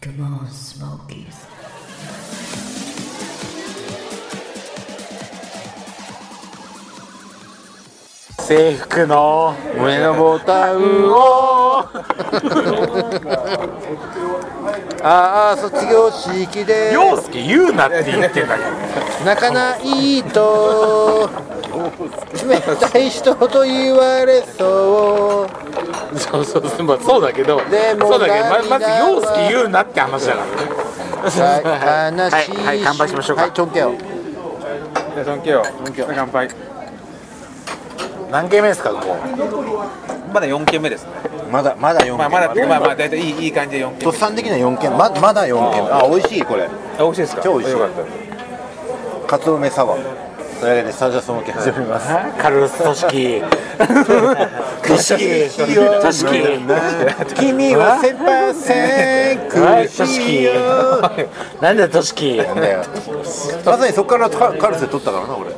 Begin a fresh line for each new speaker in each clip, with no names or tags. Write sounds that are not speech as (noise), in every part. Come on, Smokies.
制服の胸のボタンをああ卒業式で
陽介言うなって言ってんだけど
泣かないと冷たい人と言われ
そ
そ
うそうそう,、まあ、そうだけど
でも
そうだけどままず
涙は
陽介言うなって話だからね
うさ悲しい
はいはい乾杯しましょうか
はいちょんけよ
じゃあ、尊敬を。乾杯。
何軒目ですかここ
まだ4軒目ですね。
まだまだ4件
まあ、まだ、まあ、まあ、大体いい、いい感じで4軒
とっさん的には4件ままだ4件あ美味しいこれ
目。美味しいですか。
超美味しい
よかった。
かつお梅サワーというわけでスタジオスモーキー始めます
(laughs) カルロス組織組織組織君は
セパセン
はい組織なんだよ組織
なんだよまさにそこからカカルセ取ったからな俺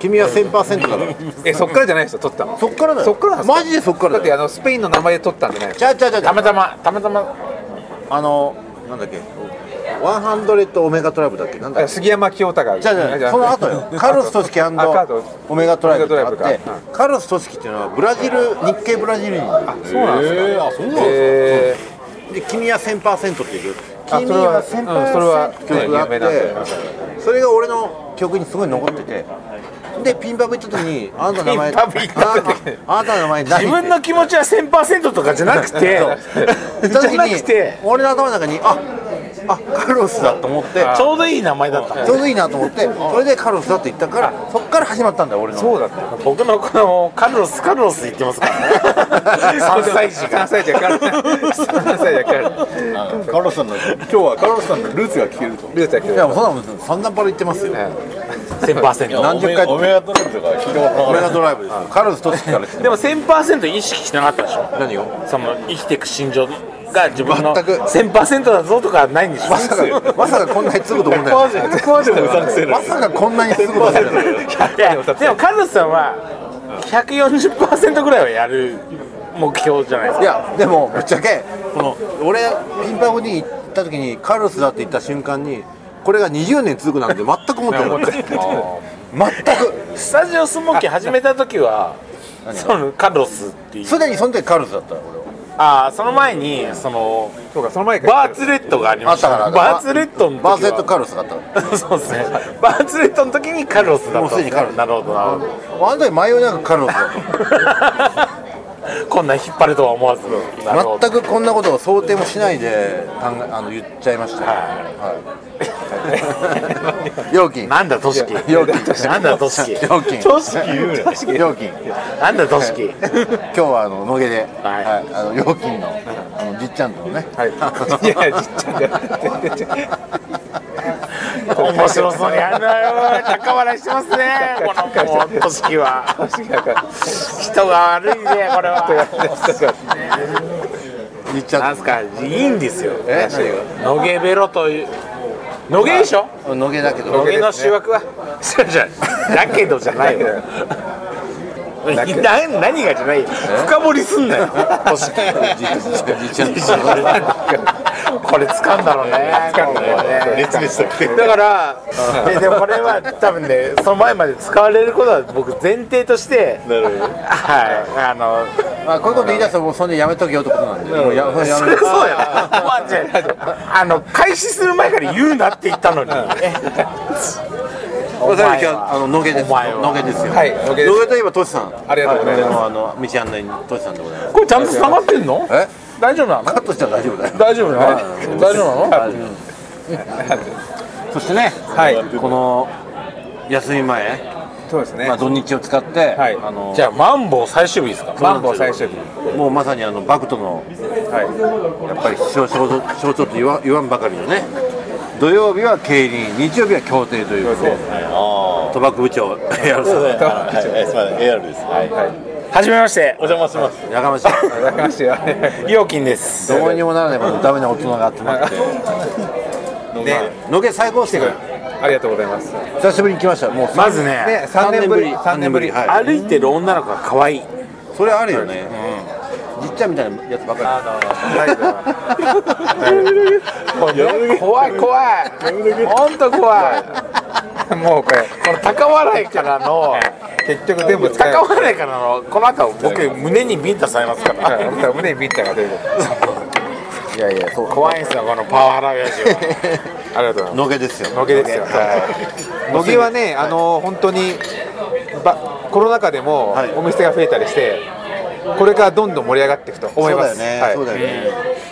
君は1000%だから
え、そっからじゃないですよ、取ったの。
そっからだよ
そっからなんすか
マジでそっから
だっ
だ
て、
よ
あの、スペインの名前で取ったんじゃないの
ちゃうちゃうちゃうちゃ
た
う
またまたまたま
あのなんだっけワンハンドレッドオメガトライブだっけなんだっ
あ
け
杉山清隆が。
じゃあじゃあその後
(laughs)
よカルロス組織
あカード
オメガトライブってあっ
オメガトライ
て
ブか
カルロス組織っていうのはブラジル日系ブラジル人
あそうなんですか。
えーあそうなん
え
で君は1000%っていう
あそれはうんそれは
1000%曲があっ
有名な
てそれが俺の曲にすごい残っててでピンバブ行った時にあなたの名前
ピンバブ行った時に
ああなたの名前ない
自分の気持ちは1000%とかじゃなくて
そう
じゃなくて
俺の頭の中にああカルロスだと思って
ちょうどいい名前だった
ちょうどいいなと思ってそれでカルロスだって言ったからそっから始まったんだよ俺の
ーそうだった。
僕のこのカルロスカルロス言ってますからね3歳児が
関西じゃから。関西じゃから。
カルロスさんの今日はカルロスさんのルーツが聞けると
ルーツだけ
い
ど。
やもうそんなもん散々バラ言ってますよ
1000%
何十回
オメガトライブとか聞いたこと
俺が
なかっ
ドライブですよカルロスとつきから来
(laughs)
て
でも1000%意識してなかったでしょ
何を
その生きていく心情が自分の
全く
1000%だぞとかはないんでしょ (laughs)
まさかまさかこんなにつくと思うんだよ
100%でもうさんくせえな
まさかこんなにすぐだよ
いやでもカズさんは140%ぐらいはやる目標じゃないです
い
か
やでもぶっちゃけこの俺ピンパブに行った時にカルロスだって言った瞬間にこれが20年続くなんて全く思ってなかった全く
スタジオスモーキー始めた時はそのカルロスっていう
すでにその時カルロスだったよ俺は
ああその前にその
そうか、その前から。
バーツレットがあり
あ
ま
っ
したた
から
バーツレットの時は
バーツレットカルロスだったから
そうですねバーツレットの時にカルロスだった
もうすでにカルロス
なるほどなるほ
あの時迷いなくカルロスだっ
どこんな引っ張るとは思わずなるほ
た
ど
全くこんなことを想定もしないで考えあの言っちゃいましたよ (laughs) はい料金
なんだトシキ
料金
なんだトシキ
料金
トシキ
料金
なんだトシキ
今日はあの野毛で、
はい
はいあの料金のあのじっちゃんとのね、
はい。いやいや、ちっちゃいんだよ。
面白そうにやるなよ高笑いしてますねこのもうトシキは
確かに。
人が悪いねこれは
じっちゃん
なん
と
すかいいんですよ
え何が
野毛ベロという野毛でしょ
野毛だけ
野
ど
毛の修学はそうじゃだけどじゃないよな何がじゃないよ深掘りすんなよこれ掴んだろうね掴んだ
た熱烈だけど
だからえでもこれは多分ねその前まで使われることは僕前提として
なるほど
はいあの
まあこういうこと言い出すともうそんでやめとけよってことなんでもうやや
そ
め
りゃ
と
そうやなマジであの開始する前から言うなって言ったのにお
さ
前
きはあ
は
の野毛です
お前は
野毛ですよ
はい野毛です
野毛といえばトシさん
ありがとうございます
はいあのあの道案内のトシさんでございます
これちゃんと繋がってんの
え
大丈夫なの
カットしちゃ大丈夫だよ
大丈夫なの大丈夫なの
そしてね
はい。
この休み前、
そうですね
まあ、。土日を使って、
はい
あの
じゃあマンボウ最終日ですか
マンボウ最終日。
もうまさにあのバクトの
は
やっぱり象徴象徴と言わ言わんばかりのね土曜日は競輪日曜日は競艇ということで賭博部長 AR さん
はいはいすいません AR ですはい
はじめまして
お邪魔します
やかましい
い。わかりましたよ。
料金です
(laughs) どうにもならないもうダメな大人が集まって
ね。
(laughs) 野毛最高っすよ
ありがとうございます。
久しぶりに来ましたもう
まずね
ね、三年ぶり。
3年ぶり
三
はい
歩いてる女の子が可愛い
それあるよね、じっちゃんみたいなやつばっか
怖い怖い本当怖い
もうこれ
この高笑いからの
結局全部使
(laughs)
え
高笑いからのこの後僕胸にビンタされますから
はいまた胸にビンタが出る
りいやい (laughs) やそう
怖いんすよこのパワハラ親父は
ありがとうございます
のげですよ
乃木ですよはい乃木はねあの本当にばコロナ禍でも
はい
お店が増えたりしてこれからどんどん盛り上がっていくと思います
そうだよね、
はい
そうだよね、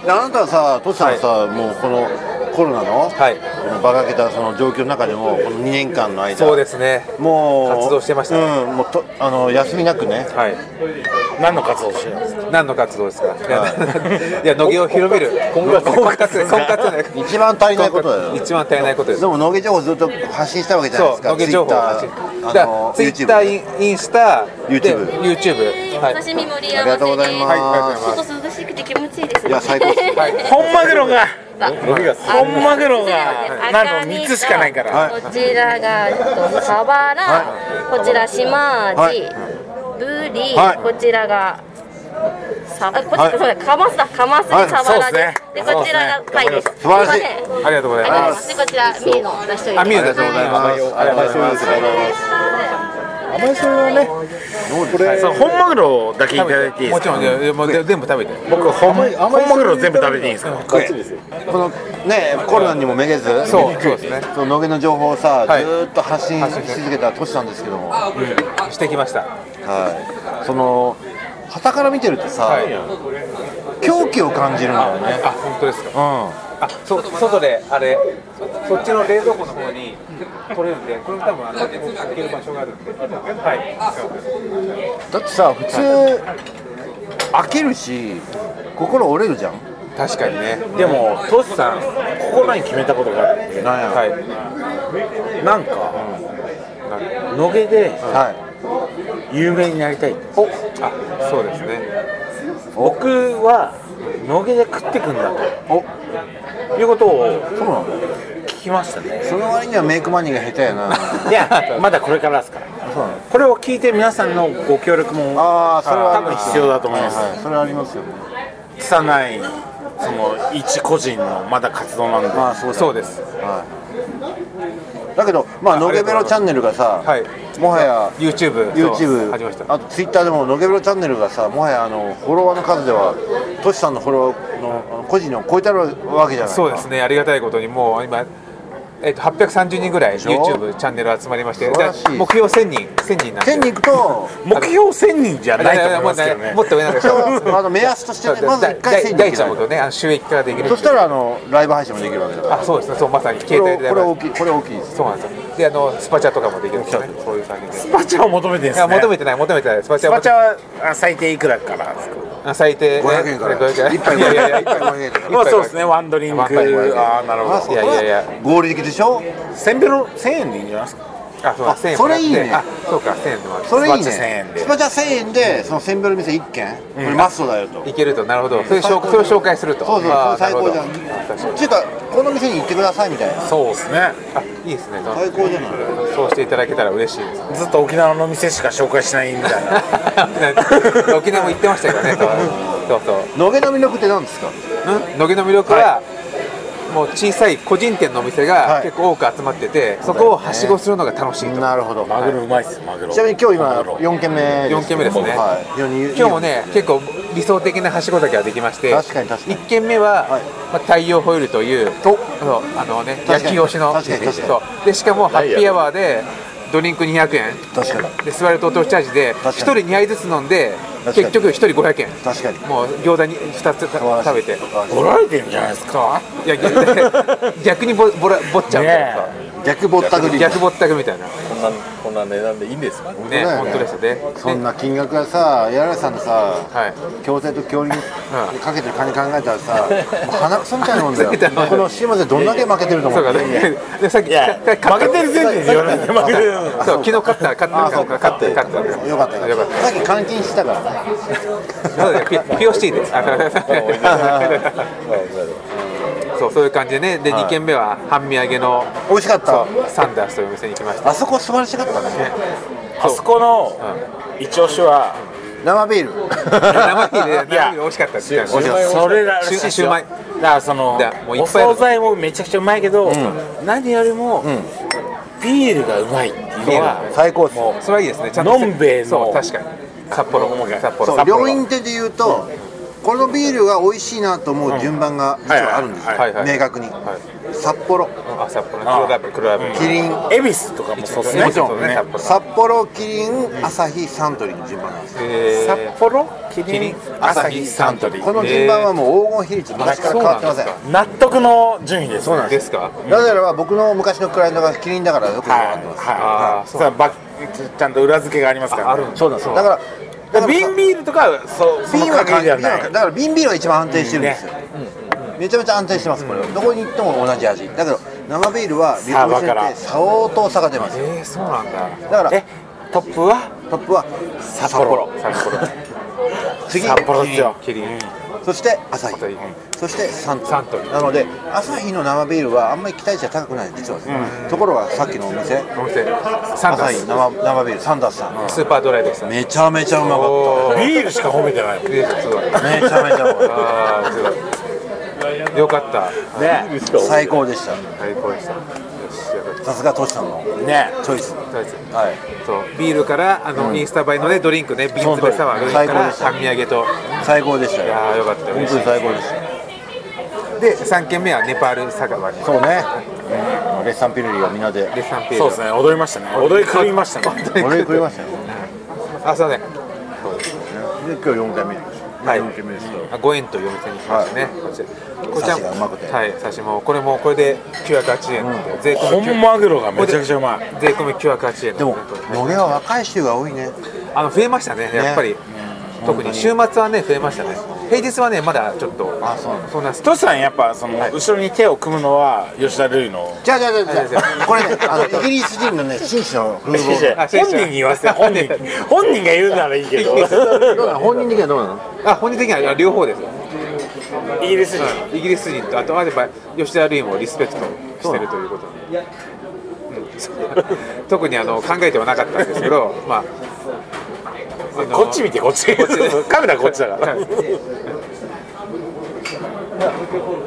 であなたはさトシさんはさ、もうこのコロナの、
はい
このバカげたその状況の中でもこの2年間の間
そうですね
もう
活動してましたね
うんもうとあの休みなくね
はい
何の活動してるんですか
何の活動ですかい (laughs) やいや乃木を広める婚活婚活婚活じゃない
一番足りないことだよ
一番足りないことです
でも農業情報ずっと発信したわけじゃないで
そ
す
う、
か
のげ情報を発信。だか
あの
ら、ツイッタ
YouTube
ー、インスタ、
YouTube
で YouTube。はい。
刺身盛り
あ
合
り
わ
が
せで
とうございます、
はいありがとうございます
ちょっと涼しくて気持ちいいですね。
いや最高ですね
はい
本マグロが
乃木が
本マグロが
はい
なんと3つしかないから
はい
こちらがえっとサワラ、こちらシマアジ、ブリ、
はい
こちらが。さあこっち
はい
そうだカマスだカマスに
はい
サワラで,、
そうですね
でこちらが貝です
素晴らしい
すいません
ありがとうござい
ありがとうござい
ま。
ますすでこちらミーの出しといて
あ、ミュウです。ありがとうございます。
ありがとうございます
甘い醤油ねこれ
そう本マグロだけいただいていいで
も
す
ちろん、い
か
やいやもう全部食べて。
僕本
甘い甘い
本マグロ全部食べていいですか
ガチですよ
このねコロナにもめげず
そう、そうですね。
その野毛の情報をさ、
はい
ずーっと発信し続けたトシさんですけども、は
してきました。
い、その傍から見てるとさ、
はい。
狂気を感じるのよね。
あ、本当ですか。あ、そう、外で、あれ、そっちの冷蔵庫の方に取れるんで、これも多分、あの、置ける場所があるんで。はい。
だってさ普通飽きるし心折れるじゃん。
確かにね。
でもトシさん心に決めたことがあって
なんや
は。
はい
なんか野毛で
い。
有名になりたい
お、あ、そうですね。
僕は野毛で食ってくんだ
お
ということを
そうなんだよ。
聞きました
(laughs)
ね
その割にはメイクマニーが下手やな。
いやまだこれからですから
そうなんだ。
これを聞いて皆さんのご協力も
ああそれはあ
多
り
分
ます
必要だと思います、
はいはいそれはありますよね。
拙いその一個人のまだ活動なんで、
まあそうだよね
そうです。
はい。だけどまあ
あ
ノゲベロチャンネルがさ、
はい。
もはや
YouTube そう
YouTube
始めました
あと Twitter でもノゲベロチャンネルがさもはやあのフォロワーの数ではトシさんのフォロワーのあの個人を超えてるわけじゃないか
そうですねありがたいことにもう今、えっと830人ぐらい
しょ
YouTube チャンネル集まりまして
素晴らしい
で目標1000人1000人なんで
天に行くと
目標1000人じゃないと思いますけど
いやいや
ね
もうもっと上なんですよ
そうあの目安としてねまず一回
第
線に
第
行
一
け
の
な
こ
い
とねあの収益化できる
そしたらあのライブ配信もできるわけだから
あそうですねそうまさに
これ
携
こ
帯で
れ大きいこれ大きいです
そうなんですよであのスパチャとかもできるんですよねそういう感じで
スパチャを求めてるん
い
です
や
ね
求めてない求めてないスパチ
ス
ャ
パチ
は
ャはあ最低いくらからですか
あ最低ね
500円から
500円
一杯
いやいやいや
500円から
一杯500円
まあそうですねワンドリンク
ワンドリンク
ああなるほ
あ
ど
そう
いやいやいや
合理的でしょ
1000ベロ1000円でいいんじゃないですか
あそうだ
あ
1000円
それいいね
もらってあそうか1000円でもらって
それ
スパ
いい
チャ1000円
ね
で
スパチャ1000円でその1000ベル店1軒これマストだよと
いけるとなるほどそれ紹それを紹介すると
そうそう
あー
最高じゃん
なるほど
っていうかこの店に行ってくださいみたいな
そうですね
あいいですね
最高じゃない
そうしていただけたら嬉しいです (laughs)
ずっと沖縄の店しか紹介しないみたい (laughs) な
沖縄も行ってましたからねそうそう
野毛の魅力って何ですか
そう野毛の魅力は、もう小さい個人店のお店
は
が
い
結構多く集まってて、そこをはしごするのが楽しいと、
なるほど
マグロうまいっすマグロ
ちなみに今日今
マグロ
4軒目
4軒目ですね
はい非常に
今日もね結構理想的なはしご酒ができまして
確かに確かに
1軒目は、
はい
まあ、太陽ホイールという
お
そうあのね
かに
焼き越しの
確かに確かに
そうでしかもハッピーアワーでドリンク200円
確かに
で座るとトーチャージで
か
1
に
人2杯ずつ飲んで
確かに
結局1人500円
確かに
もう餃子に2つた食べて
おられてるんじゃないですか
いや逆逆にぼぼらぼっちゃうみたいな
ね
逆ぼったくり
逆ぼったくみたいな
こんなこんな値段でいいんですか
ね
だよね
本当ですよね
そん
ね
な金額がさ柳さんのさ
はい
強制と強に
ん
かけてる金考えたらさ、もう鼻くそみたいなもんだよ
みたいなもん
この島でどんだけ負けてると思
そううか
いやいや
ねでさっき
いや
かか
負けてる前提で言わないで (laughs) 負けてる
そう昨日勝った勝
あ
っ
そう
て
か
る
勝
勝っ
ってて
る
よかった
勝ってる
よかった
よかっ
さっき監禁したからね
たそうだよピピオシティですあ (laughs) そうそういう感じでねで
はい
2軒目は半身揚げの
美味しかった
サンダースという (laughs) お店に行きました
あそこ素晴らしかったね
あそこの一押しは
生ビール
生ビール
いや
生ビール美味しかったです
美味しかっ
それら
シュ
しいです
シュ
よ
ウマイ
だからその
いやもういっ
お
ぱいある
惣菜もめちゃくちゃうまいけど、何よりも、ビールがうまいっていうのは
最高っす
も
それはいいですねちゃんと
のんべえの
そう確かに札幌札幌
そう
札幌
両院手で言うとこのビールが美味しいなと思う順番が実はあるんですよ
はいはいはい
明確に札幌
あ札幌黒ラベル黒ラベル
キリン
う恵比寿とかもそうですね
もちろんね札幌
札幌キリン朝日サントリーの順番なんですよ
札
札幌キリン
リン
朝日サントリー
この順番はもう黄金比率昔から変わってません
納得の順位ですそうなん
ですか
なぜならば僕の昔のクライアントがキリンだからよく分かってます
はいそれはバッちゃんと裏付けがありますから、ね、あるそうだそう
だからだから
瓶ビールとかはそうその
瓶は
限りでは
缶
ない
だから瓶ビールが一番安定してるんですよ、めちゃめちゃ安定してますこれはどこに行っても同じ味だけど生ビールはリ
サーバーから
て相当差が出ますよ
えーそうなんだ
だから
えトップは
トップは
札幌
札幌
次
札幌ですよ
キリン
そして朝日
朝日
そしてサントリー
サントリー
なので朝日の生ビールはあんまり期待値が高くない実はですね、ところがさっきのお店
お店サン
朝
ダー
日
ス
生生ビールサンダースさん、
スーパードライですね
めちゃめちゃうまかっ
おー
ビールしか褒めてない
えーすごい
ためちゃめちゃうまかっ
ああすごいよかった
ね
(laughs) た最高でした
最高でしたよしよかった
さすがトシさんの
ね
チョイス
とりあえず
はい
そうビールからあの、インスタ映えのねドリンクね瓶詰めサワードリンクか
最高
ら
でした
半身揚げと
最高でした
い
よ
やーよかった
本
嬉し
当
い
に最高でした
で3軒目はネパール佐川に
そうね、レッサンピルリがみんなで
で3ページ
そうですね踊りましたね踊り狂いましたね
俺食いましたよ、
あすいません
で今日4回目です
はい
4回目ですけど
あご縁というお店に来ましたね、こちらこちら
刺しがうまくて
はい刺しもこれもこれで908円なんで、税込み
本マグロがめちゃくちゃうまい
税込み908円
でも
はい
野毛は若い衆が多いね
あの増えましたねやっぱり、特に週末はね増えましたね平日はねまだちょっと
あそうなんです
そんなスト
トシさんやっぱその、後ろに手を組むのは吉田類の
じゃあじゃあじゃあじゃ
は
あこれねあのイギリス人のね紳士の風
本
貌
人に言わせて本人本人が言うな (laughs) らいいけど
どうなの本人的にはどうなの
あ本人的には両方ですよ
イギリス人
イギリス人とあとはやっぱ吉田類もリスペクトしてるということで、うん (laughs) 特にあの考えてはなかったんですけ
(laughs)
どまああの
こっち見てこっち
こっちね
カメラこっちだか
は
ら
い (laughs)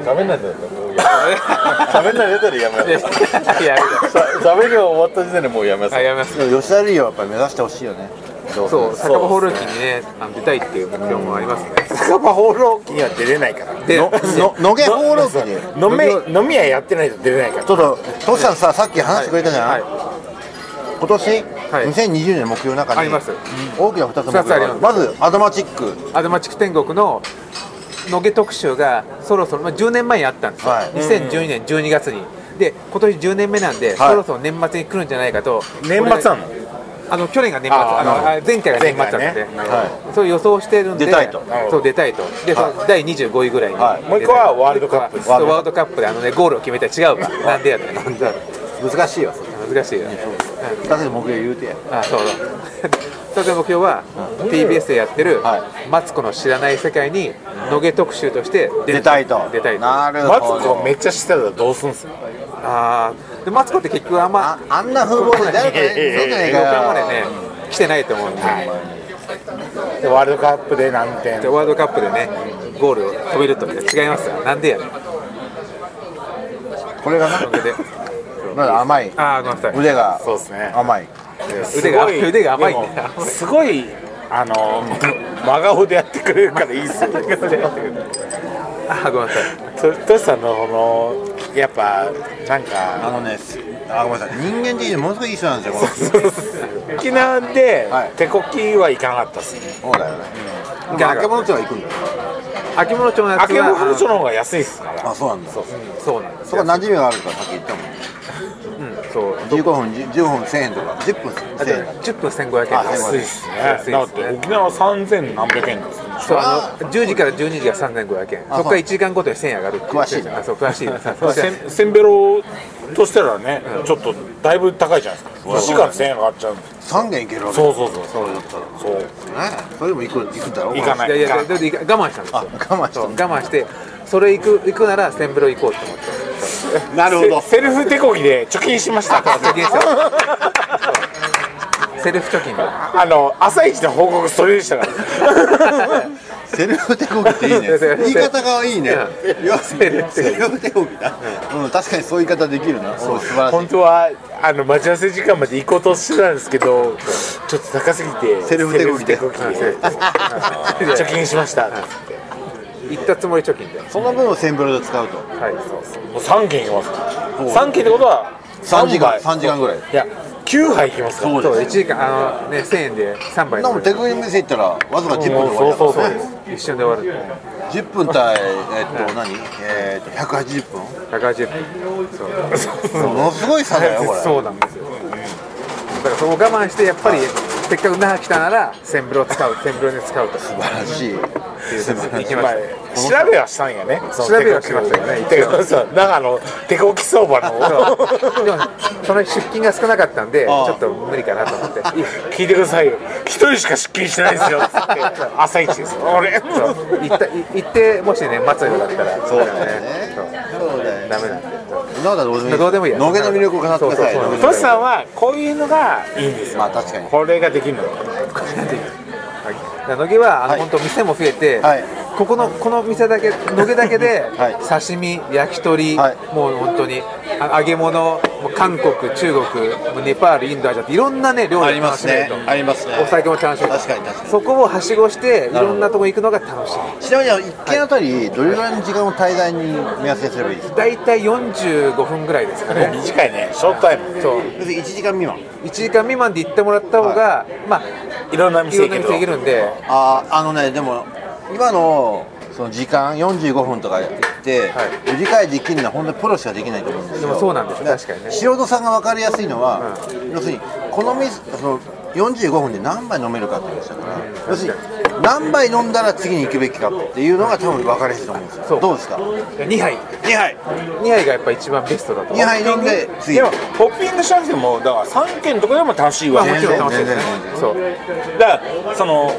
ダメなんだよダメになれたらやめよう
いやいや
ダメが終わった時点でもうやめな
あ
さい
やめます
でも吉田類はやっぱり目指してほしいよね
そう酒場ホール期にねあの出たいっていう目標もありますね
酒場放浪記には出れないから
で
のの野毛放浪記で
飲め飲み屋やってないと出れないから
ちょっとトシさんささっき話してくれたじゃん、
は
今年、
はい
2020年目標の中に
あります
大きな2つの目標
二つあり
が
ま
ますずアドマチック
いアドマチック天国の野毛特集がそろそろ、まあ、10年前にあったんですよ、
はい
2012年12月にで今年10年目なんで、
はい
そろそろ年末に来るんじゃないかと
年末なの
あの去年が年末
あー
あのあ前回が年末だったん
前
で、
回
は
そう予想してるんで
出たいと
なるほど
そう出たいとで、その第25位ぐらいに、
はい
もう一個はワールドカップ
そうワールドカップであの、ね、ゴールを決めた違うかなんでやねん
難しいわ
難しいよね
2つの目標言うてや
あそうだ (laughs) それの目標は TBS でやってる
は
「マツコの知らない世界」に野毛特集として
出たいと
出たいと
なる
マツ
ほ
コ
ど
めっちゃ知ってたらどうすんすか
あーでマツコって結局あんま
ああんな風貌で誰かねそうじゃねえ
横浜
か
まで
よ
ね来てないと思うんで
でワールドカップで何点
でワールドカップでねゴールを止めるとか違いますよなんでやねん
これがな
それで
まだ甘い
ああごめんなさい
腕が
そうですね
甘い
腕が
すご
腕が甘いんだ
でもすごいあの真顔でやってくれるからいいっすよね
あーごめんなさい
とトシさんのこのやっぱなん
あ
か
のねすあごめんなさい人間的にものすごいいい人なんですよこの人
沖縄で
はい
手こきはいかなかったっすね
そうだよね
ん
でもあけぼの町は行くんだよ
秋物町のやつ
明
は
けぼの町の方が安いっすから
あそうなんだそ
そうなんです
こは馴染みがあるからさっき言ったもん
うんそう
15分15分1000円とか10分
あと
1000円
10分1500円
あ
です
1500
安いっすねだって沖縄三千何百円ですね
そうあの10時から12時が3500円
あ
そこから1時間ごとに1000円上がるってう
詳しいな
あそう詳しいなさ
まあせんせんべろとしたらねちょっとだいぶ高いじゃないですか1時間1000円上がっちゃうんです
3軒行けるわけ
そうそうそうそうそう
ねそれでも行く行くんだろ
行かない
いやいやだって我慢したんです
あ
よ
我慢し
そう
て
我慢してそれ行く行くならセンブロ行こうと思って
な (laughs)
セセルフ手こぎで貯金しました
そう貯金した
セルフ貯金で
あの朝一の報告それでした
(laughs)
から
セルフ手こぎっていいね言い方がいいねいやセルフ手こぎだうん確かにそういう言い方できるなそう素晴らしい
本当はあの待ち合わせ時間まで行こうとしてたんですけどちょっと高すぎて
セルフ手こぎで
セルフ手こぎ
(laughs)
で貯金しましたって
行ったつもり貯金で
その分をセンブロで使うと
はいそうです
もう3軒行きます
う
3軒ってことは
3時間
杯
3時間ぐらい
いや9杯行きますから
そう1時間あのね1000円で3杯
でも手こぎの店行ったらわずか10分で
もう
終わ
そうそう
りだか
そ
ら
う
ね
です
一瞬で終わるんで
10分対えっと何えっと180分
180分そう
ものすごい差だよこれ
そうなんですよだからそこ我慢してやっぱりせっかく那覇来たならセンブロ使うセンブロに使うと
素晴らしい素晴らしい
行きま
ま
し
あ
た
調べはしたんやね
調べはしましたよね
てかそう長野手こき相場の
そうでもその出勤が少なかったんでち
ああ
ょっと無理かなと思って
聞いてくださいよ一人しか出勤してないですよつって朝一です俺
行ったい行ってもしね待つようだったら
そうだよね
そう
そうだよ
ダメなんで
なんだどうでもいい
どうでもいいや
野毛の魅力を語ってください
そうそうそう
トシさんはこういうのがいいんですよ
まあ確かに
これができるの
だから野毛はあの
はい
本当店も増えて、
はい
ここのこの店だけ野毛だけで、
はい
刺身焼き鳥、
はい
もう本当にあ揚げ物もう韓国中国もうネパールインドアジアっていろんなね料
あ
理
り
が
ま
楽
す
しめ
ね
ると、
ありますね
お酒も楽しめる
確かに確かに
そこをはしごしてい
なるほど
ろんなとこ行くのが楽しい
ちなみにあの一軒あたりどれぐらいの時間を滞在に目安にすればいいですか
大体45分ぐらいですかね
短いねショートタイム
そう
要するに1時間未満
1時間未満で行ってもらった方が、まあ
いろんない店
ろん
行
な
け
店行け
る
るんで
あああのねでも今のその時間45分とかやって、理解できるのは本当にプロしかできないと思うんですよ
でもそうなんですよ
だら
確かにね
素人さんが分かりやすいのは、要するにこの水その45分で何杯飲めるかって話だから、要するに何杯飲んだら次に行くべきかっていうのが多分分かりやすいと思うんですよ
そう
どうですか
2杯
2杯
2杯がやっぱ一番ベストだと
2杯飲んで次
でもポッピングしたんですけどもだから3軒とかでも楽しいわ
まあもちろん楽しいですね
全然全
そう
だからその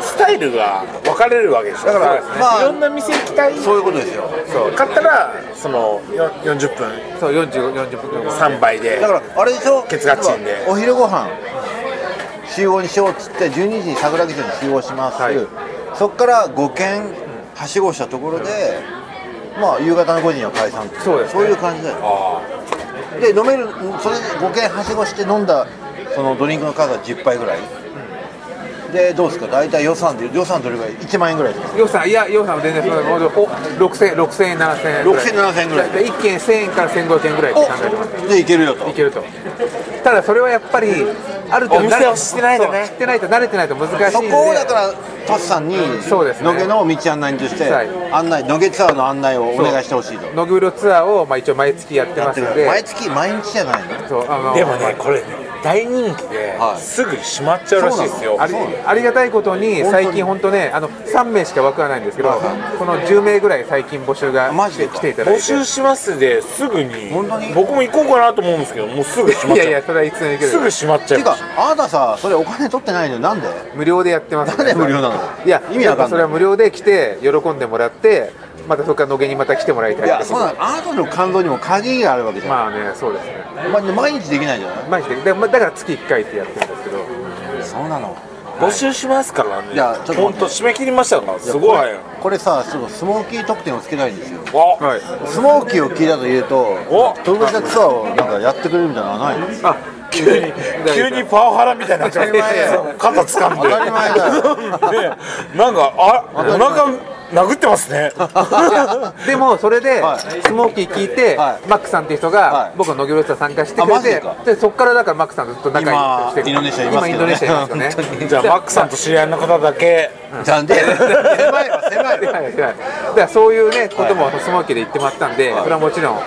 スタイルが分かれるわけでしょだ
からまあ
いろんな店行きたい
そういうことですよ
買ったらそのよ40分
そう40 40分ぐらい
3杯で
だからあれでしょ
ケツがちんで
お昼ご飯集合にしようっつって12時に桜木町に集合します、
はい
そこから5軒はしごしたところで、まあ夕方の5時には解散ってい
そうですね
そういう感じだよで飲めるそれで5軒はしごして飲んだそのドリンクの数は10杯ぐらい、でどうですか大体予算で予算どれぐらい1万円ぐらいですか
ヨウさんいやヨウさんは全然そんなもうお6000円6000円7000円ぐらい
6000 7000円ぐらい
だ1件1000円から1500円ぐらいって考えてます
おでいけるよと
いけるとただそれはやっぱりある程度
お店を知ってないとね
そう知ってないと慣れてないと難しいんで
そこをだからトシさんに
そうですね
野毛の道案内として
はい
案内野毛ツアーの案内をお願いしてほしいと
野グロツアーをまあ一応毎月やって
や
ま
って
す
く
の
れる
で
毎月毎日じゃないの
そうあの
でもねこれね大人気で
はい
すぐ閉まっちゃうらしいですよ
ありありがたいことに
本当に
最近本当ねあの3名しか枠はないんですけど
はい
この10名ぐらい最近募集が
マジ
来
で
て
か
来ていただい
募
て
集しますですぐに
本当に
僕も行こうかなと思うんですけどもうすぐ閉まっ
い
ちゃ
や
う
いやそれはいつでもいける
すぐ閉まっちゃ
て
う
いうかあなたさそれお金取ってないのよなんで
無料でやってます
なんで無料なの
いや
意味わかんない
やっぱそれは無料で来て喜んでもらってまたそこから野毛にまた来てもらいたい
いやそうなのあなたの感動にも限りがあるわけじゃん、
まあねそうですね
ま毎日できないじゃない
マジでだからだから月1回ってやってるんですけど
そうなの
募集しますからね
いやちょっと待って
本当締め切りましたからすごい早い
これさちょっとスモーキー特典をつけたいんですよ
お
はい
スモーキーを聞いたと言うと
お
特別なツアーをなんかやってくれるみたいなのはないの
あ
急
(laughs)
に急にパワハラみたいになっちゃっ
当
て
たり前だよ
肩掴んで
当たり前だ
よなんかあお腹殴ってますね
(laughs) でもそれで
はい
スモーキー聞いて、
はい
マックさんっていう人
は
が
い
僕の野行列さん参加してく
あ
れ
マジで
て
か
でそこからだからマックさんとずっと仲良くして
今インドネシアいます
今
けど
インド
ね
ネシアいますよね
(laughs)
じゃあマックさんと知り合いの方だけ
残念狭いわ狭いわ
はいはいだからそういうねこともスモーキーで言ってもらったんで、それはもちろん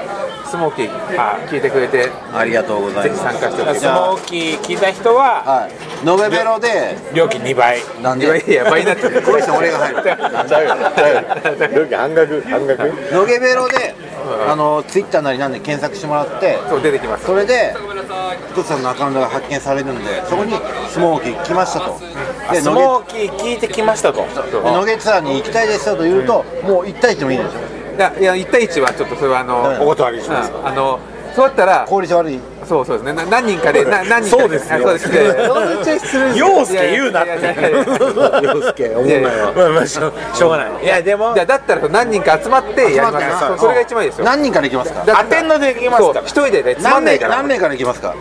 スモーキーあ聞いてくれて
ありがとうござい
ぜひ
ます
参加し
ス
てほしい
じゃあ
モーキー聞いた人は
はい延べベロで
料金2倍
なん
いやいや倍になっちゃう
この人俺が入る
ちゃうよちゃうよ料金半額半額
のげベロであのツイッターなりなんで検索してもらって
そう出てきます
それで一つさんのアカウントが発見されるのでそこにスモーキー来ましたと
あ
で
ス
のげ
モーキー聞いてきましたと
でのげツアーに行きたいですよと言うと、もう1対1でもいいんでしょ
いやいや1対1はちょっとそれはあの、
ダメなの
お断りします
うんあのそうだったら
効率悪い
そうそうそうですねな何人かでな何人か
そうですよ
あそうですねそんな注意す
(laughs)
る
陽介言うなって
いやいやいやいや
洋介思んないわ
まあまあしょしょうがないいやでも
いやだったらその何人か集まってやりま
集まって
す
な
そうそれが一番いいですよ
何人から行きますか
だ
当てんのでいきます
そう
から
一人でねつま
何
んな
名
いから
何名から行きますか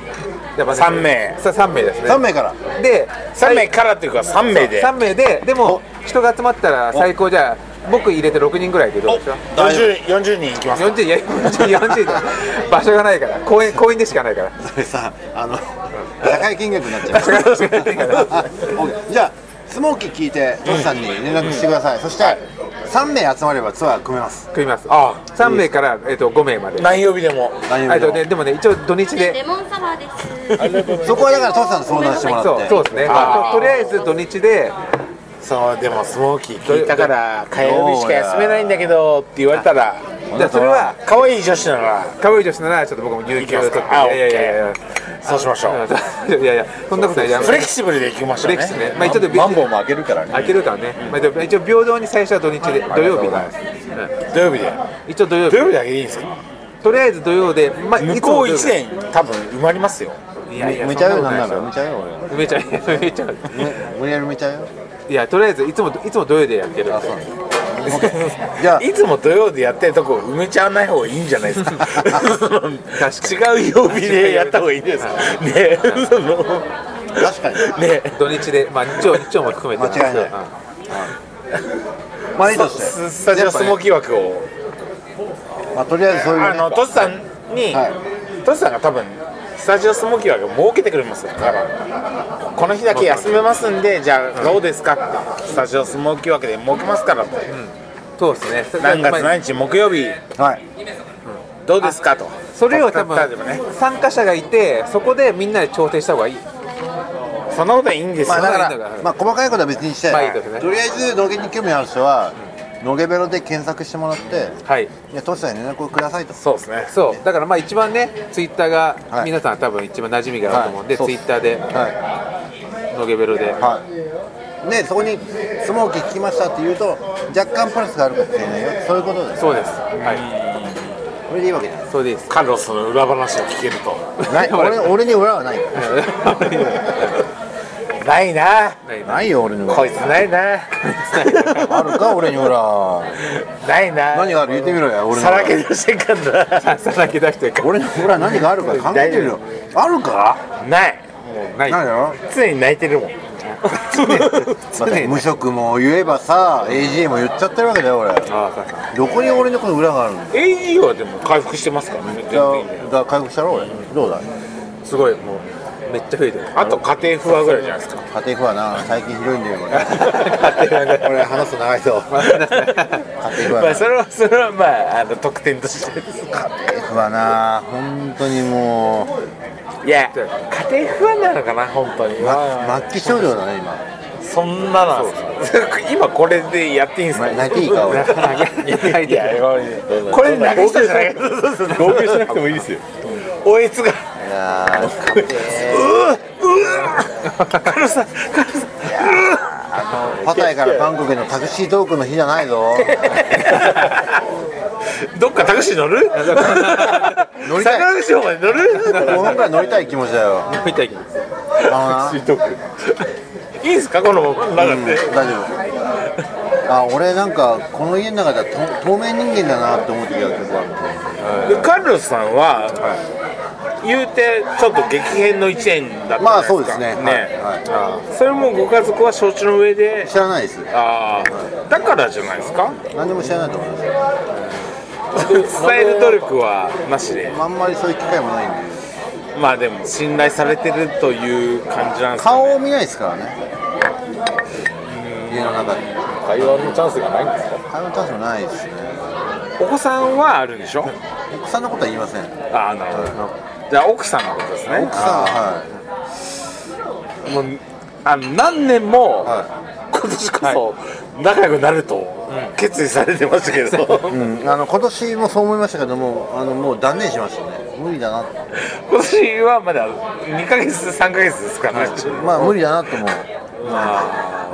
三名
さ三名ですね
3名から
で
3名からというか3名で
3名ででも人が集まったら最高じゃあ僕入れて6人ぐらいでどうですか
40 40人いきます
40いや40 40場所がないから公園公園でしかないから
それさあの高い金額になっちゃう OK じゃあスモーキー聞いてトシさんに連絡してください、そして3名集まればツアー組めます
組みます
あ
3名から、えっと5名まで
何曜日でも
何
あ
曜
と
日
ね
で
でもね一応土日で
レモンサワーです。
もそこはだからトシさんと相談してもら
そ
っ
う
て
そうですね
あー
ととりあえず土日で
そうでもスモーキー聞いたから火曜日しか休めないんだけどって言われたら
じゃあそれは
可愛い女子なら
かわいい女子ならちょっと僕も有給を取って
行きますかあ
いやいやいやいや
そうしましょう
うんいやいやそんなことないや
フレキシブルでいきましょうね
フレキシブルねまあちょっと
マンボウも開けるからね
開けるからね、まあ、でも一応平等に最初は土日で土曜日が
土曜日で
一応土曜
土
日
曜日だけでいいんですか
とりあえず土曜で、まあ、
向
いつも
こう
土曜日
1年多分埋まりますよ
いやいや
埋めちゃうよ
そん
な
なんこ
なら埋めちゃうよ俺
とない埋めちゃう埋めちゃう
ね無理やり埋めちゃうよ
いやとりあえずいつもいつも土曜でやってるんで
じゃあ
いつも土曜でやってるとこ埋めちゃわない方がいいんじゃないです (laughs) か違う曜日でやった方がいいんですか (laughs) ねその
確かに
ね
土日でまあ日曜日曜も含めて
間違いない
うん
まあいいとして
ススタジオスモーキー枠を
まあとりあえずそういう
あ
ね
のトシさんに、
は
トシさんが多分スタジオスモーキーは儲けてくれますよだからこの日だけ休めますんでじゃあどうですかってスタジオスモーキー枠で儲けますからって
そうですね
何月
まあ
何日木曜日
はい
どうですかと
それを多
たったでもね
分参加者がいてそこでみんなで調整した方がいい
そんなことはいいんです
ま
よ
あだか
そうな
ら
んだ
まあ細かいことは別にして
まあいいですね
とりあえず野毛に興味ある人は野毛ベロで検索してもらって
はい
いやトシさんに連絡をくださいと
そうですね
そうだからまあ一番ねツイッター
は
が
い
皆さん多分一番馴染みがあると思うんで、
はい
ツイッターで
は
のげベロで、
いはいでそこにスモーキー聞きましたって言うと若干プラスがあるかもしれないよそういうことです
そうですは
それでいいわけじゃない
いそうです
カルロスの裏話を聞けると
ない俺俺に裏はないか
ないな
らないよ俺に裏
こいつないな
あるか俺に裏
ないな
何がある言ってみろよ俺に
さ
裏
らけ出してくんだ
ささらけ出してか
俺に裏何があるか考えてるよあるか
ないもうない
ないよ
常に泣いてるもん
だって無職も言えばさ AGA も言っちゃってるわけだよ俺
ああそうそう
どこに俺のこの裏があるの
AE はでも回復してますからね全
じゃあ
然
だから回復したろ俺どうだ
すごいもうめっちゃ増えてる
あと家庭不安ぐらいじゃないですか
家庭不安な最近ひどいんだよこれ
家庭不安ね
これ話すと長いぞ家庭不安
まあそれはそれはまああの特典として
家庭不安な本当にも
いや家庭不安なのかな本当に
う、ま、末期症状だね今
そんななんですか今これでやっていいんですか
ま泣いていいか俺
泣い
い
て
やこれで泣く人じゃ (laughs) ない
号泣しなくてもいいですよ
(laughs) おえつが
いやー
カルさんカルさん
パタイから韓国へのタクシートークの日じゃないぞ
どっかタクシー乗る
乗りたい
坂口まで乗る
5分ぐらい乗りたい気持ちだよ
みたいに
あのな
いいんですかこの中で
大丈夫あ俺なんかこの家の中ではと透明人間だなって思う時が結構ある
でカルロスさんは、言うてちょっと激変の1年だったじゃないですか
まあそうですね
ね、
はいはい
それもご家族は承知の上で
知らないです
ああだからじゃないですか
何でも知らないと思います
伝える努力はなしで
あんまりそういう機会もないんで
まあでも信頼されてるという感じなんですか
顔を
ね
見ないですからね家の中で
会話のチャンスがないんですか
会話のチャンスもないですね
お子さんはあるんでしょ
奥さんのことは言いません奥
ああなるほどじゃあ奥さんのことですね
さんは
もうあの何年も、
は
今年こそ仲良くなると決意されてましたけど、
い、うん、あの今年もそう思いましたけどもあのもう断念しましたね無理だなって
今年はまだ2ヶ月3ヶ月ですからね、
まあ無理だなと思う
ま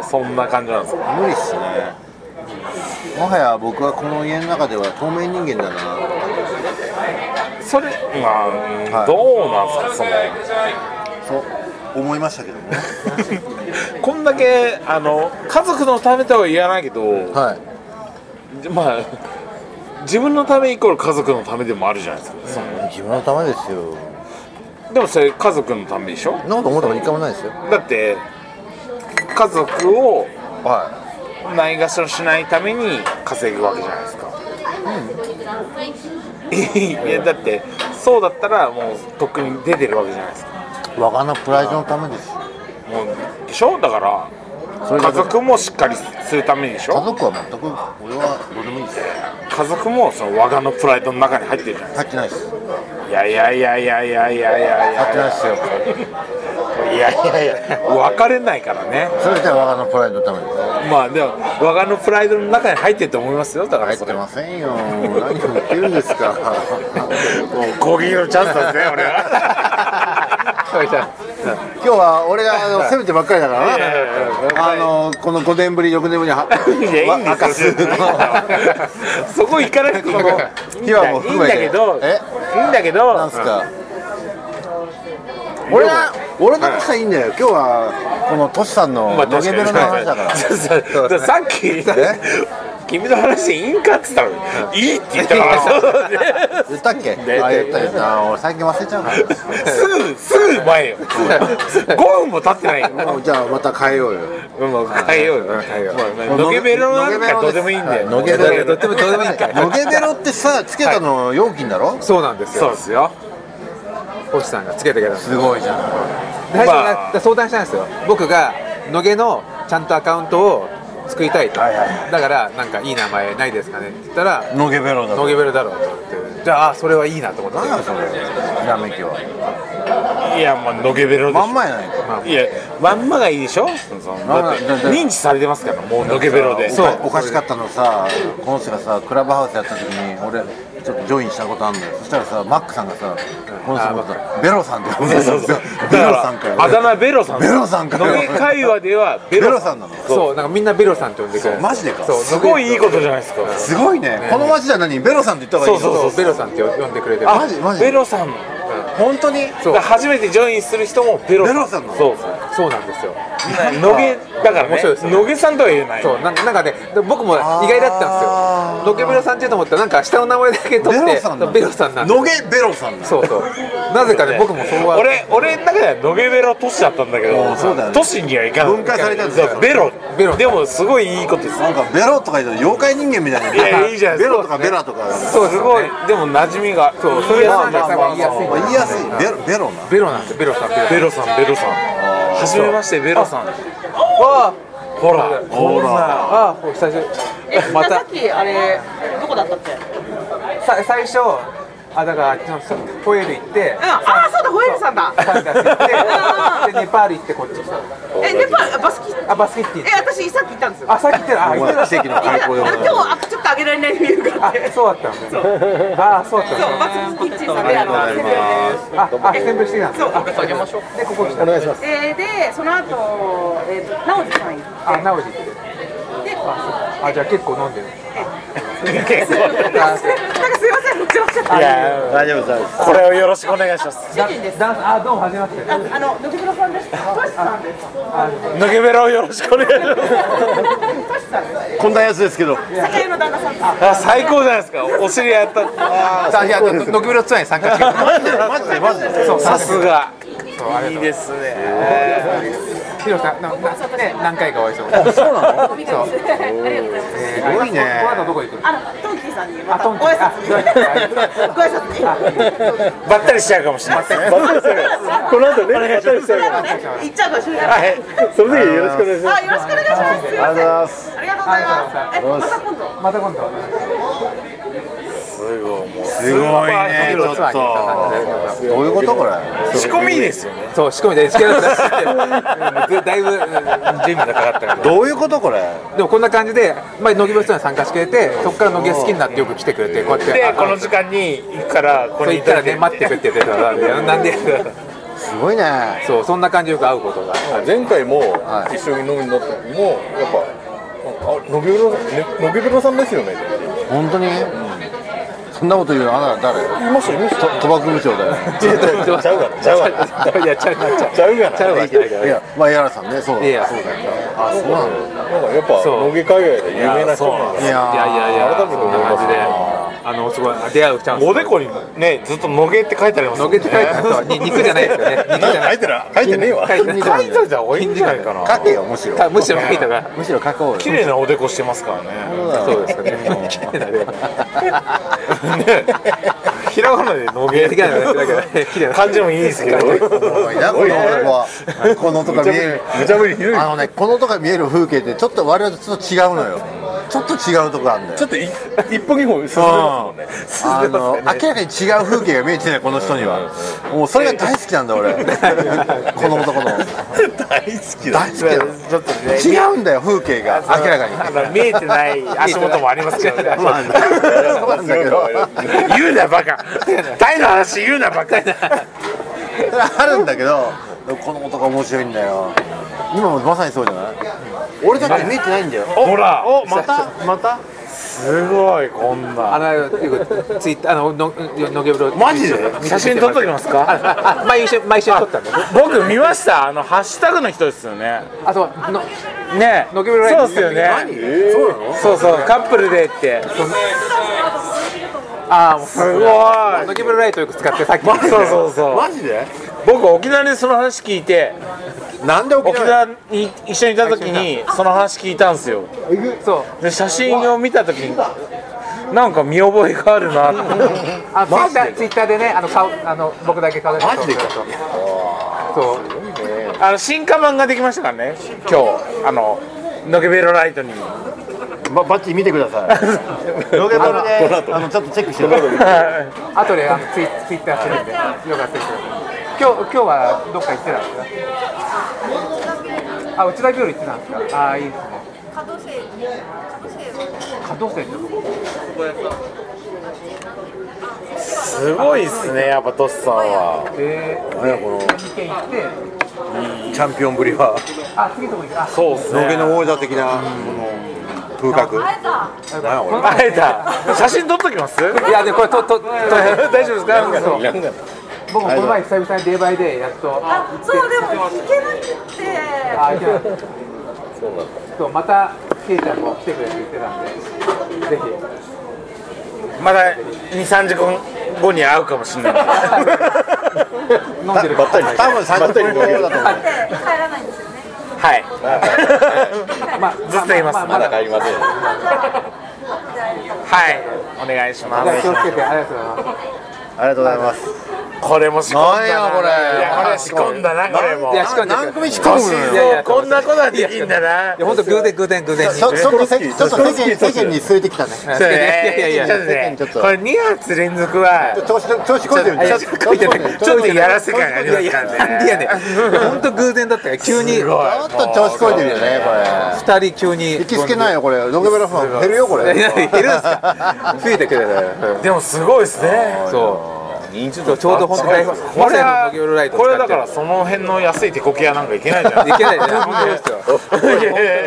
あそんな感じなんですか
無理っすねもはや僕はこの家の中では透明人間だな
それ、まあうんどうなんですかそ
そう思いましたけどね
のこんだけあの家族のためとは言わないけど、
はい
まあ自分のためイコール家族のためでもあるじゃないですか、
自分のためですよ
でもそれ家族のためでしょ
そんなこと思ったこと一回もないですよ
だ (laughs) って家族を
は
ないがしろしないために稼ぐわけじゃないですか、いやだってそうだったらもうとっくに出てるわけじゃないですか
い我がのプライドのためですよ
もうでしょだから
それ
家
だけ
族もしっかりするためにでし
家
ょ
族は全く俺はどうでもいいです
家族もその我がのプライドの中に入ってるじゃない
入ってないです入
いやいやいやいやいやいやいやい
ってないですよ
やいやいやいや別れないからね
それじゃ我がのプライドのためです
まあでも我がのプライドの中に入ってると思いますよだから
入
そ
っ
れ
て
は
ませんよ何を言ってるんですか
もう攻撃のチャンスですね俺は
そうじゃ
(laughs) 今日は俺があの攻めてばっかりだから
いやいやい
なあのこの5年ぶり6年ぶりには
や
い
いいんですよ
明か
そこ行かなくてもいいんだ
秘話も含めて
いいんだけど
え
いいんだけ
な
ど
んすか、俺は俺の話はいいんだよ今日はこのトシさんの
まあ
野
確
毛
か
ベ
に
ロの話だから
そうそうさっき君の話でいいんかっつったのにいいって言ったからね
言ったっ (laughs) けあ言った言ったあ俺最近忘れちゃうか
すぐすぐ前よ5分も経ってないよ
らじゃあまた変えようよ
もう変えようよ変えようのげベロなんかどうでもいいんだよ
野毛
ベ
ベ
ロ
ロ
どうでもどうでもいいから
野毛ベロってさつけたの料金だろ
そうなんです
そう
よ
ですよ
星さんがつけてくれたんです
すごいじゃん
最初
まあ
だから相談したんですよ僕が野毛のちゃんとアカウントを作りたいと、
はいはい
だからなんかいい名前ないですかねって言ったら
野毛ベロだ
野毛ベルだろうと思ってじゃああそれはいいなと思って
何やそれひらめきはい
やまあのげベロでし
ま
ょ
んまやないか
いやまんまがいいでしょそのだって
まんまだって
認知されてますからもうのげベロで
そう
おかしかったのさこの人がさクラブハウスやった時に俺ちょっとジョインしたことあるんだよそしたらさマックさんがさこの人のことベロさんって呼んでた
そ
ん
う
で
そうそ
す
う
よベ
だ
ロ
か
さんから
あだ名ベロさん
ベロさんかよ
野毛界隈ではベ
ベ
ロ
ロ
さ
さ
ん
んなの
そうなんかみんなベロさんって呼んでくれる
マジでか
そう
すごいいいことじゃないですか
すごいねこの街じゃ何ベロさんって言った方がいい
そう
の
そう
そうベロさんって呼んでくれてる
あマジマジ
ベロさん
本当に
そう
だから初めてジョインする人もベロ
ベロさんなの
そう
そうなんですよ
野毛だから
面白いです
ね
よね
野毛さんとは言えない
そうなんなんかねで僕も意外だったん
あ
で
ー
すよ野毛ベロさんって言うと思ったらなんか下の名前だけ取
ベ
っ
ロ
て
さんなの
ベロさんなんで
野毛ベロさんなの
そうそう
(laughs)
なぜかね僕もそうは
俺俺の中では野毛ベロ都市だったんだけ
お
ど
ーそうだよね
都市にはいかない
分解されたんですよ
そうベロ
ベロ
でもすごいいいことです
なんかベロとか言ったら妖怪人間みたいない
やいいじゃん
ベロとかベラとか
そうすごいでも馴染みが
そうそれ
ま
がな
あ
んか
まあま
多
あ
分言いやすい
まあ言いやすいベロベロな
ベロなんですよベロさんベロ
ベロさんベロさん初めましてベロさん
あ
ほら
ほら
ああ久しぶりまた
きあれどこだったっけ？うん、
さ最初あだからあっちのそホエール行って
ああそうだホエールさんだ。
サンダス行っ
(laughs)
てでネパール行ってこっち来た
えネパールバスキッ
あバスケッティ
え私さっき行ったんですよ。
あさっき行ってるあ
お
行って
前
た
奇跡の
あ
開口でござい
今
ます
日あちょっとあげられない理由があ
あ
って。
そうだったんだあそうだっ
そう
たんだ
バスキッチンさんであの
ありがとうございます
ああ宣伝してきたんです
そう
あげましょうでここ来た
えーでその後えっ、ー、と直樹さん行っ
あ直樹行ってる
てで。
あじゃあ結構飲んでる
結
なんかすいません、こっちました。
構いや
大丈夫大丈夫
これをよろしくお願いします
主人です。
ダンスあどうも初めまして
あ、あの、野木村さんです。トシさんです。
野毛ベロをよろしくお願いします
トシさんです。
こんなやつですけど
酒井の旦那さんです。
あ最高じゃないですかお尻やった
さあいやノキブロツアーに参加して
マジでマジでマジでそう
さすがいいですね
ヒロさんななね何回かお会いしてます
そうなの
ありがとうございます。
す
ごいね
この後どこ行くの
あの、トンキーさんにまた
あト
ご
ンキー
挨拶に。 (laughs) ご挨拶に。
ばったりしちゃうかもしれないですね
この後ね、お願いします。
最後ね、行っちゃうかもしれない。
はい
その時よろしくお願いします。
あ、よろしくお願いします。す
あり
いません。
がとうございます
ありがとうございます。え、また今度。
また今度
すごいもう
すごいねちょっ
ツアーに参加してください
とどういうことこれ
仕込みいいですよね
そう仕込みで仕込みだしてだいぶ準備がかかったけど
どういうことこれ
でもこんな感じで前乃木部さん参加してくれてそこから乃木好きになってよく来てくれてこうやって
でこの
時
時間に行くからここ
そう
に行っ
言っ
たた
ら
ら
ね
ね
待ってくれって言ってたからなんです
ごいね
そうそんな感じでよく会うことが
前回も
はい
一緒に飲みになった時もやっぱ「あのびぶろのびぶろさんですよね」
本当にそんなこと言うのあなた誰いましたいました賭博部長だよ
ちょっとちゃうからちゃうから
いやちゃうなちゃう
ちゃうから
ちゃうわちゃう
いやまあ矢原さんねそう
いやそうだよ
あそうなんだ
なんかやっぱ
そう
野毛海外で有名な人なんだ
いや
いやいやいや
改めて
そん
思い
な
ま
感
す
じであのすごい出会うチャンス
おでこにねずっと野毛って書いてあります
のげて書いてあ
(laughs)
ったに肉じゃないですよね肉じゃな
書
い
いてない書いてねえわ
書いて
筋肉
ない
なん
書い
だよ
たじゃ多いんじゃないかな
書けよむしろ
たむしろ書いたから
むしろ書こうよ
綺麗なおでこしてますからね
そうですよね綺麗だね
ねひらがなで野毛っ
綺麗
て
だね綺麗だね
漢字もいいですけど
おいなこの男はこのとか見える
無茶ぶりひどい
あのねこのとか見える風景ってちょっと我々とちょっと違うのよちょっと違うとこあるんだよ
ちょっとい一歩二歩進んでますもん
あ
ね
の明らかに違う風景が見えてないこの人にはもうそれが大好きなんだ俺この男の
大好きだ
大好きだ
ちょっとね
違うんだよ風景が明らかに
あの見えてない足元もありますけどね
まあなんだけど
言うなバカタイの話言うなバカ
あるんだけどこの男面白いんだよ今もまさにそうじゃない俺だって見えてないんだよ
ほら
おまたまた
すごいこんな
あのよくツイッターあのののげぶろ
マジで写真撮っときますか
ああ毎週毎週撮ったんだね
僕見ましたあのハッシュタグの人ですよね
あとの
ね
のけぶろライ
そう
ブ
ですよねそうそうカップルでって
ああもう
すごい
のけぶろライトよく使ってさっき
そうそうそう
ジで
僕沖縄でその話聞いて
なんで沖
沖
縄
縄に一緒にいた時にその話聞いたんですよ
そう
で写真を見た時になんか見覚えがあるな (laughs) って
あツイッターツイッターでねあの顔あの僕だけ顔出して
マジでか
そうそうそう
あの進化版ができましたからね今日あののけべろライトにも
ばバッチリ見てください (laughs) ロケバル
この
で
後
あのちょっとチェックしてください
あとであのツイツイッターしてるんでよかったらしてください今日今日はどっか行ってたんですかあ内田ビオル行ってたんですかああいいですね加藤生加藤生って
すごいっすねやっぱトスさんは
どこで2軒行って
チャンピオンぶりは
あ次のとこ行くあ
そうっす
ロケ
ね
の王者的なこの風格
会えた写真撮っときます
いやでもこれととと
大丈夫ですか
そう僕もこの前久々にデイバイでやっとあ
あ、そう、でも行けなくって。
あ行けなかったそうまたケイちゃんも来てくれって言ってたんでぜひ
まだ23時間後に会うかもしれ (laughs) ない
飲ん
(laughs)
でる
ばったり
多分30分後だと思う
はい
まあ
ずっと言い (laughs) ます
まだ帰りません
はいお願いしま
じゃあ
す
気をつけてありがとうございます
ありがとうございます
これも仕込んだな
何やこれ
いやこれ仕込んだなこれも
いや仕込んで
何組仕込むのよ
いやいや
こんなことはできんだない
や本当偶然偶然偶然に
ちょちょっとせちょっと世間世間に据えてきたね
い
そうね
やいやいや
ちょっとね
ちょっと
これ2発連続は
調子調子こいてるんだよ
ちょっと書いてない
ちょっとやらせ感あ
い
りま
やい
す
や
か
な
ら
ん
ね
でやねんいや本当偶然だったから急に
ちょっと調子こいてるよねこ
二人急に
れ行きつけないよこれロケベラファン減るよこ
いやい
れ
や減るんすか増えてくれたよ
でもすごいですね
そうそうちょうど本当に
これ
の
は
ギョルライト
これだからその辺の安い手こき屋なんかいけないじゃん
いけないね本当ですよ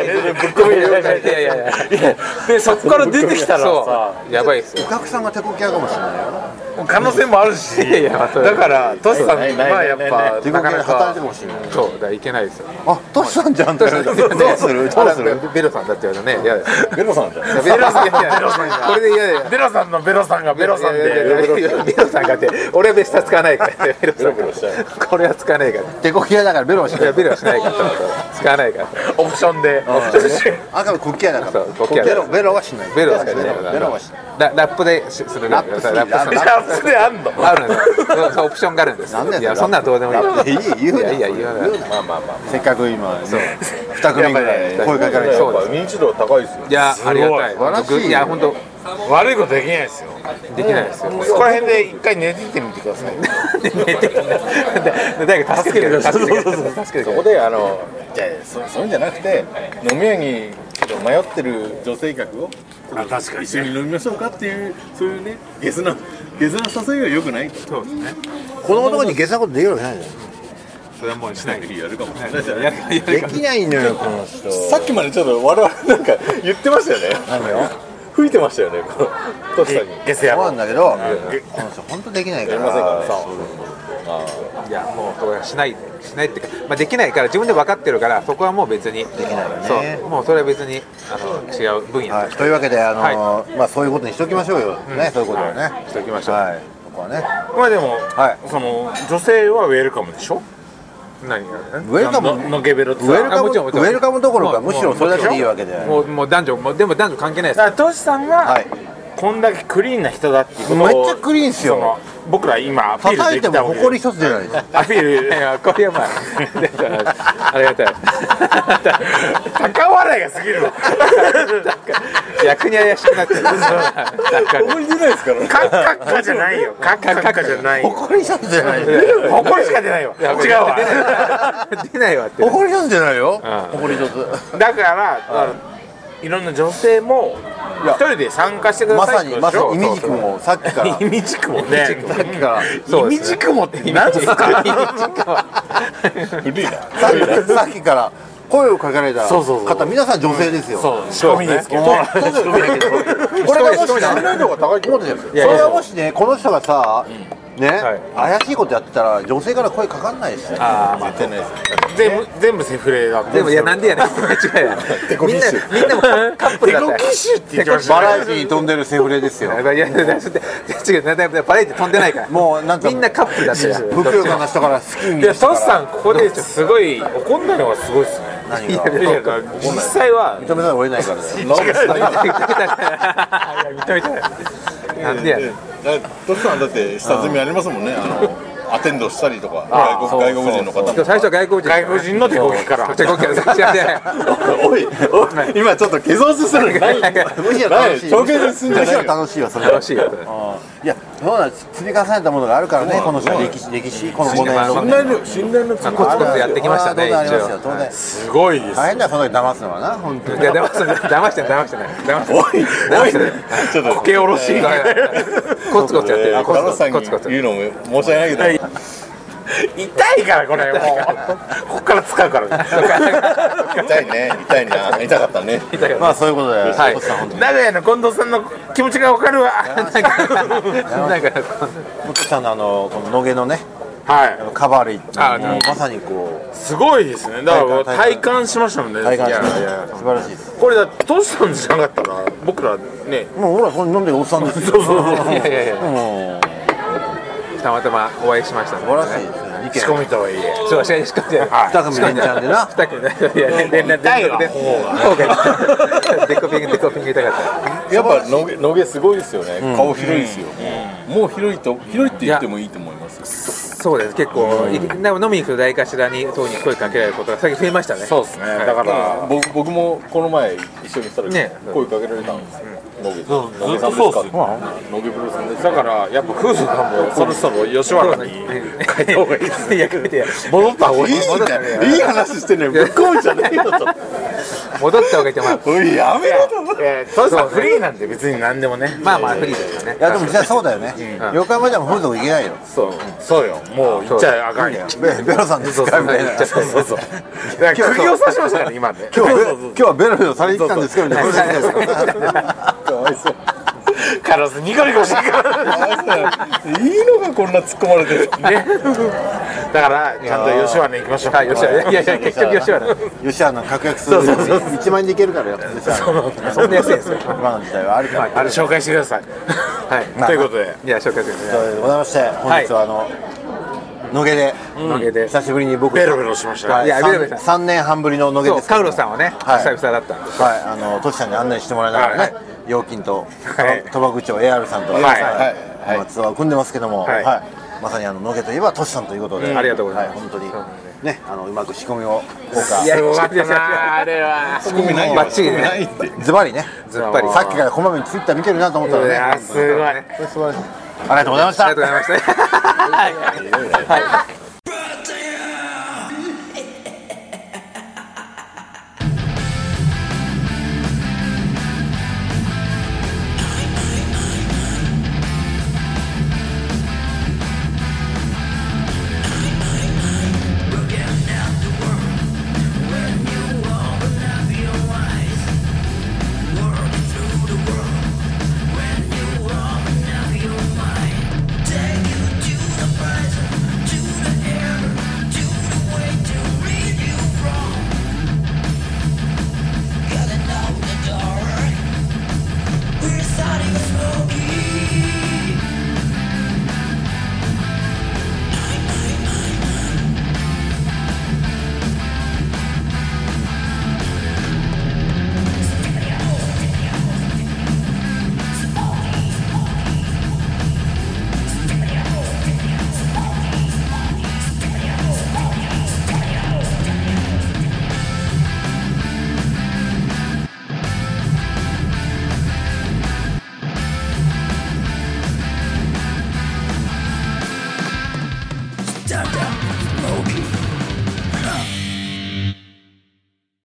いやいやいや
でそこから出てきたらさ
そうやばいですよ
お客さんが手こき屋かもしれないよ
可能性もあるし
いやいやまあそれ
だからトシさんはやっぱ
手こき屋で働いてるかもしれない
そうだからいけないですよ
あトシさんじゃんってどうするどうする
ベロさんだって言われたねいや
ベロさんじゃん
ベロさんいやいやこれで嫌だよ
ベロさんのベロさんがベロさん
いやい
で
やいやベロさんがって俺は別に使わないからベロさん
ベロしちゃう
これは使わないからい
手こき屋だからベロをして
や
る
ベロはしないから使わないから
オプションで
赤のこっき屋だから
そうこっき屋
ベロベロはしない
ベロはしない
ベロベロはしない
ララップでする
ラップする
ラップする
ラ
ラップであんの
あるんですよそうオプションがあるんです
なんだよ
いやそんなんどうでもい
い
い
や言う
い
な
やいや言わない
まあまあまあ
せっかく今2組ぐらい声かけられて
や
そ
っ
う
ぱ
です
認知度高いですよ
いやありがたい
素晴らしい
本当いや本当
悪いことできないですよこ
できないですよ
こら辺で一回寝ててみてください
寝てるんだで誰か助けてくれ助けてくれ助けて
そ
くれ
こであのじゃあそそういうんじゃなくて飲み屋にちょっと迷ってる女性客をあ確かに一緒に飲みましょうかっていうそういうねゲスなゲスな誘いはよくないとそうですね
この男に下なことできるわけないじ
それはもうしないでやるかもしれないじゃ
ゃんできないのよこの人
さっきまでちょっと我々なんか言ってましたよね
何よ
吹いてましたよねこのトシさんに
ゲスや
そう
ろ
なんだけど、この人本当できないか
や
ら
りませんからね
いやもうそれはしないしないっていうか、まあ、できないから自分で分かってるからそこはもう別にでき
ないよね
そうもうそれは別にあの違う分野
は
と
い、
して
というわけで、あのーまあ、そういうことにしておきましょうよ、ね、そういうことをね、
いしておきましょう
はい、ここはね、
まあでも、
はい
その女性はウェルカムでしょ何が
ウェルカム
ののけべろって
ウェ
だ
ルカ
あ
ム
もちろんもちろん
ウェルカムどころか
もう
むしろそれだけでいいわけで
もうもう男女もうでも男女関係ないです
からトシさんが、
はい
こんだけクリーンな人だっていうことを
めっちゃクリーンっす
その
よ
僕ら今アピール
叩
で
いて
きた
も
わけ
埃一つ出ないです
アピー
いやい
ル (laughs)
やこれはまあだからありがたい
高笑いが過ぎるわ (laughs)
逆に怪しくなっちゃうなんか
覚えてないですからね
カッカッカじゃないよカッカッカじゃないよ
埃一つ出ないです
誇りしか出ないわ違うわ
出ないわって
埃一つ出ないよ
ん
埃一つ
だからいろんな女性も
いや
一人で参加してくだ
ま
さ
さ
い
にまさにイミジ君
も
もさっきからさ
イミジクもね
っきから
そう
イ
で
ミ
す
ジ
ね
クもって何ですか
古いな
さっきさっきから声をかけられた
そうそうそう
方皆さん女性ですよ
そう仕込みですけど
そうですよねこれがもし信頼度が高いと思うんですよそ
やいや
れがもしねこの人がさね
はい
怪しいことやってたら女性から声かかんないですよ
あ
絶対ないです
全部全部セフレだった
ーでもいやなんでやねん違うやみんなみんなもカップルだったよ
テコキッシュって言ってました
バラエティーに飛んでるセフレですよ
いやいやいやいや違うだだだバレエって飛んでないから
もうなんか
みんなカップルだったよ
ふくよかな人から好きに
いや
した
ト
か
シ
ら
さんここですごい怒んないのがすごいっすね
何が
いやいやだから実際
(laughs)
は
認めざるを得ないからだよ
ラブス
認めたい認めたいなんでやねん
トシさんだって下積みありますもんねあのアテンドしたりとか外国外国人の方
でも
も
最初は外国人
外国人の手こきから
手こきから知らない
おいおい今ちょっと下損するのない
むしろ楽しい
表現すんじゃ
むし
ない
ろ
よ
楽しいわそれ
楽しいよ
いやそうなんです積み重ねたものがあるからねこの人は歴史歴史この5年6年
信頼の積み
コツコツやってきましたね
あるある
一
当然ありますよ
応
当然
すごいです
大変だよその時騙すのはな本当に
いや騙してない騙してない騙してない騙してない
おいおいちょっとこ
けおろし
コツコツやって
え
る
ー、
コツコ
さ
ツ
んに
コツコツ
言うのも申し訳ないけど、
(laughs) 痛いからこれもうこっから使うから
痛いね、痛いな、痛かったね。
まあそういうことだよ
はい
お父さん本当に
名古屋の近藤さんの気持ちがわかる (laughs) わ
なんかなんか
お父さんのあのこの野毛のね
は
カバーリーって
あ
いうのもまさにこ
いうすごいですねだから
体感
体感しましたもんね
体感して
いやいやいや
素晴らしいです
これだってトシさんじゃなかったら僕らね
もうほらこれ飲んでるおっさんですよ
そうそうそう
いやいやいや
もう
たまたまお会いしました
素晴らしいですよ意見
仕込みとはいえ
そうしかししかしはい
二組連チャンでな
(laughs) 二組いや連連連
痛い
連
わ
連デコピングデコピング痛かった
やっぱのげ、のげすごいですよね。顔広いですよ。もう広いと、広いって言ってもいいと思います。
そうです結構、いでも飲みに行く代かしらにそうに声かけられることが最近増えましたね
そうですねだから
僕、僕もこの前、一緒にしたら
ね、
声かけられたんですよ。のげ、のげ
ず
さ
っと
んです
そう
か
っす。
のげプロさんですか。
だからやっぱ夫婦がもうそろそろ吉原に
書いた方がいいですねいや (laughs) 書いて
戻った方がいい
いいんだよいい話してね、ぶっ込むんじゃねえよと。
戻った方がいいってまあ
おい、やめろと思って。
えートシさんフリーなんで別に何でもね
まあまあフリーですよね
いやでもじゃあそうだよね横浜じゃもう風俗いけないよ
そう
そうよもう行っちゃあかんよ
ベベロさんですかみたいな
そうそうそう
だから釘を刺しましたからね今ね
今日ベ今日はベロベロされに来たんですかみたいな
かわいそう。
カラスニコニコしてるから
かわいそういいのがこんな突っ込まれてる。
だからちゃんと吉原に行きましょう
はい吉原いやいや結局吉原
吉原の確約する一万円でいけるからやっぱ吉原
そんな安いんですよ
今の時代はあるから
あれ紹介してください
はい
ということで
いや紹介するんで
ということでございまして本日はあの野毛で
のげで
久しぶりに僕
ベロベロしましたね
はい
いやベロベロ
三三年半ぶりの野毛
そ
で
う
す
カウロさんはね
はい
久々だったんで
はいあのトシさんに案内してもらいながらね陽金と
はい
鳥羽口町 AR さんと
はい
はいはい
まあツアーを組んでますけども
はい
はいまさにあの野毛といえばトシさんということで
ありがとうございます
は本当に
そう
ねあのうまく仕込みを効果
いや
すごかったなあれは
突っ込みないよ。
バッチリね
突っ込みないって。
ズバリね
ずっぱり
さっきからこまめにツイッター見てるなと思った
い
ら
や
ね
すごい
これ素晴らしいありがとうございまし
あ
た
りがとうございました
Through the world, friends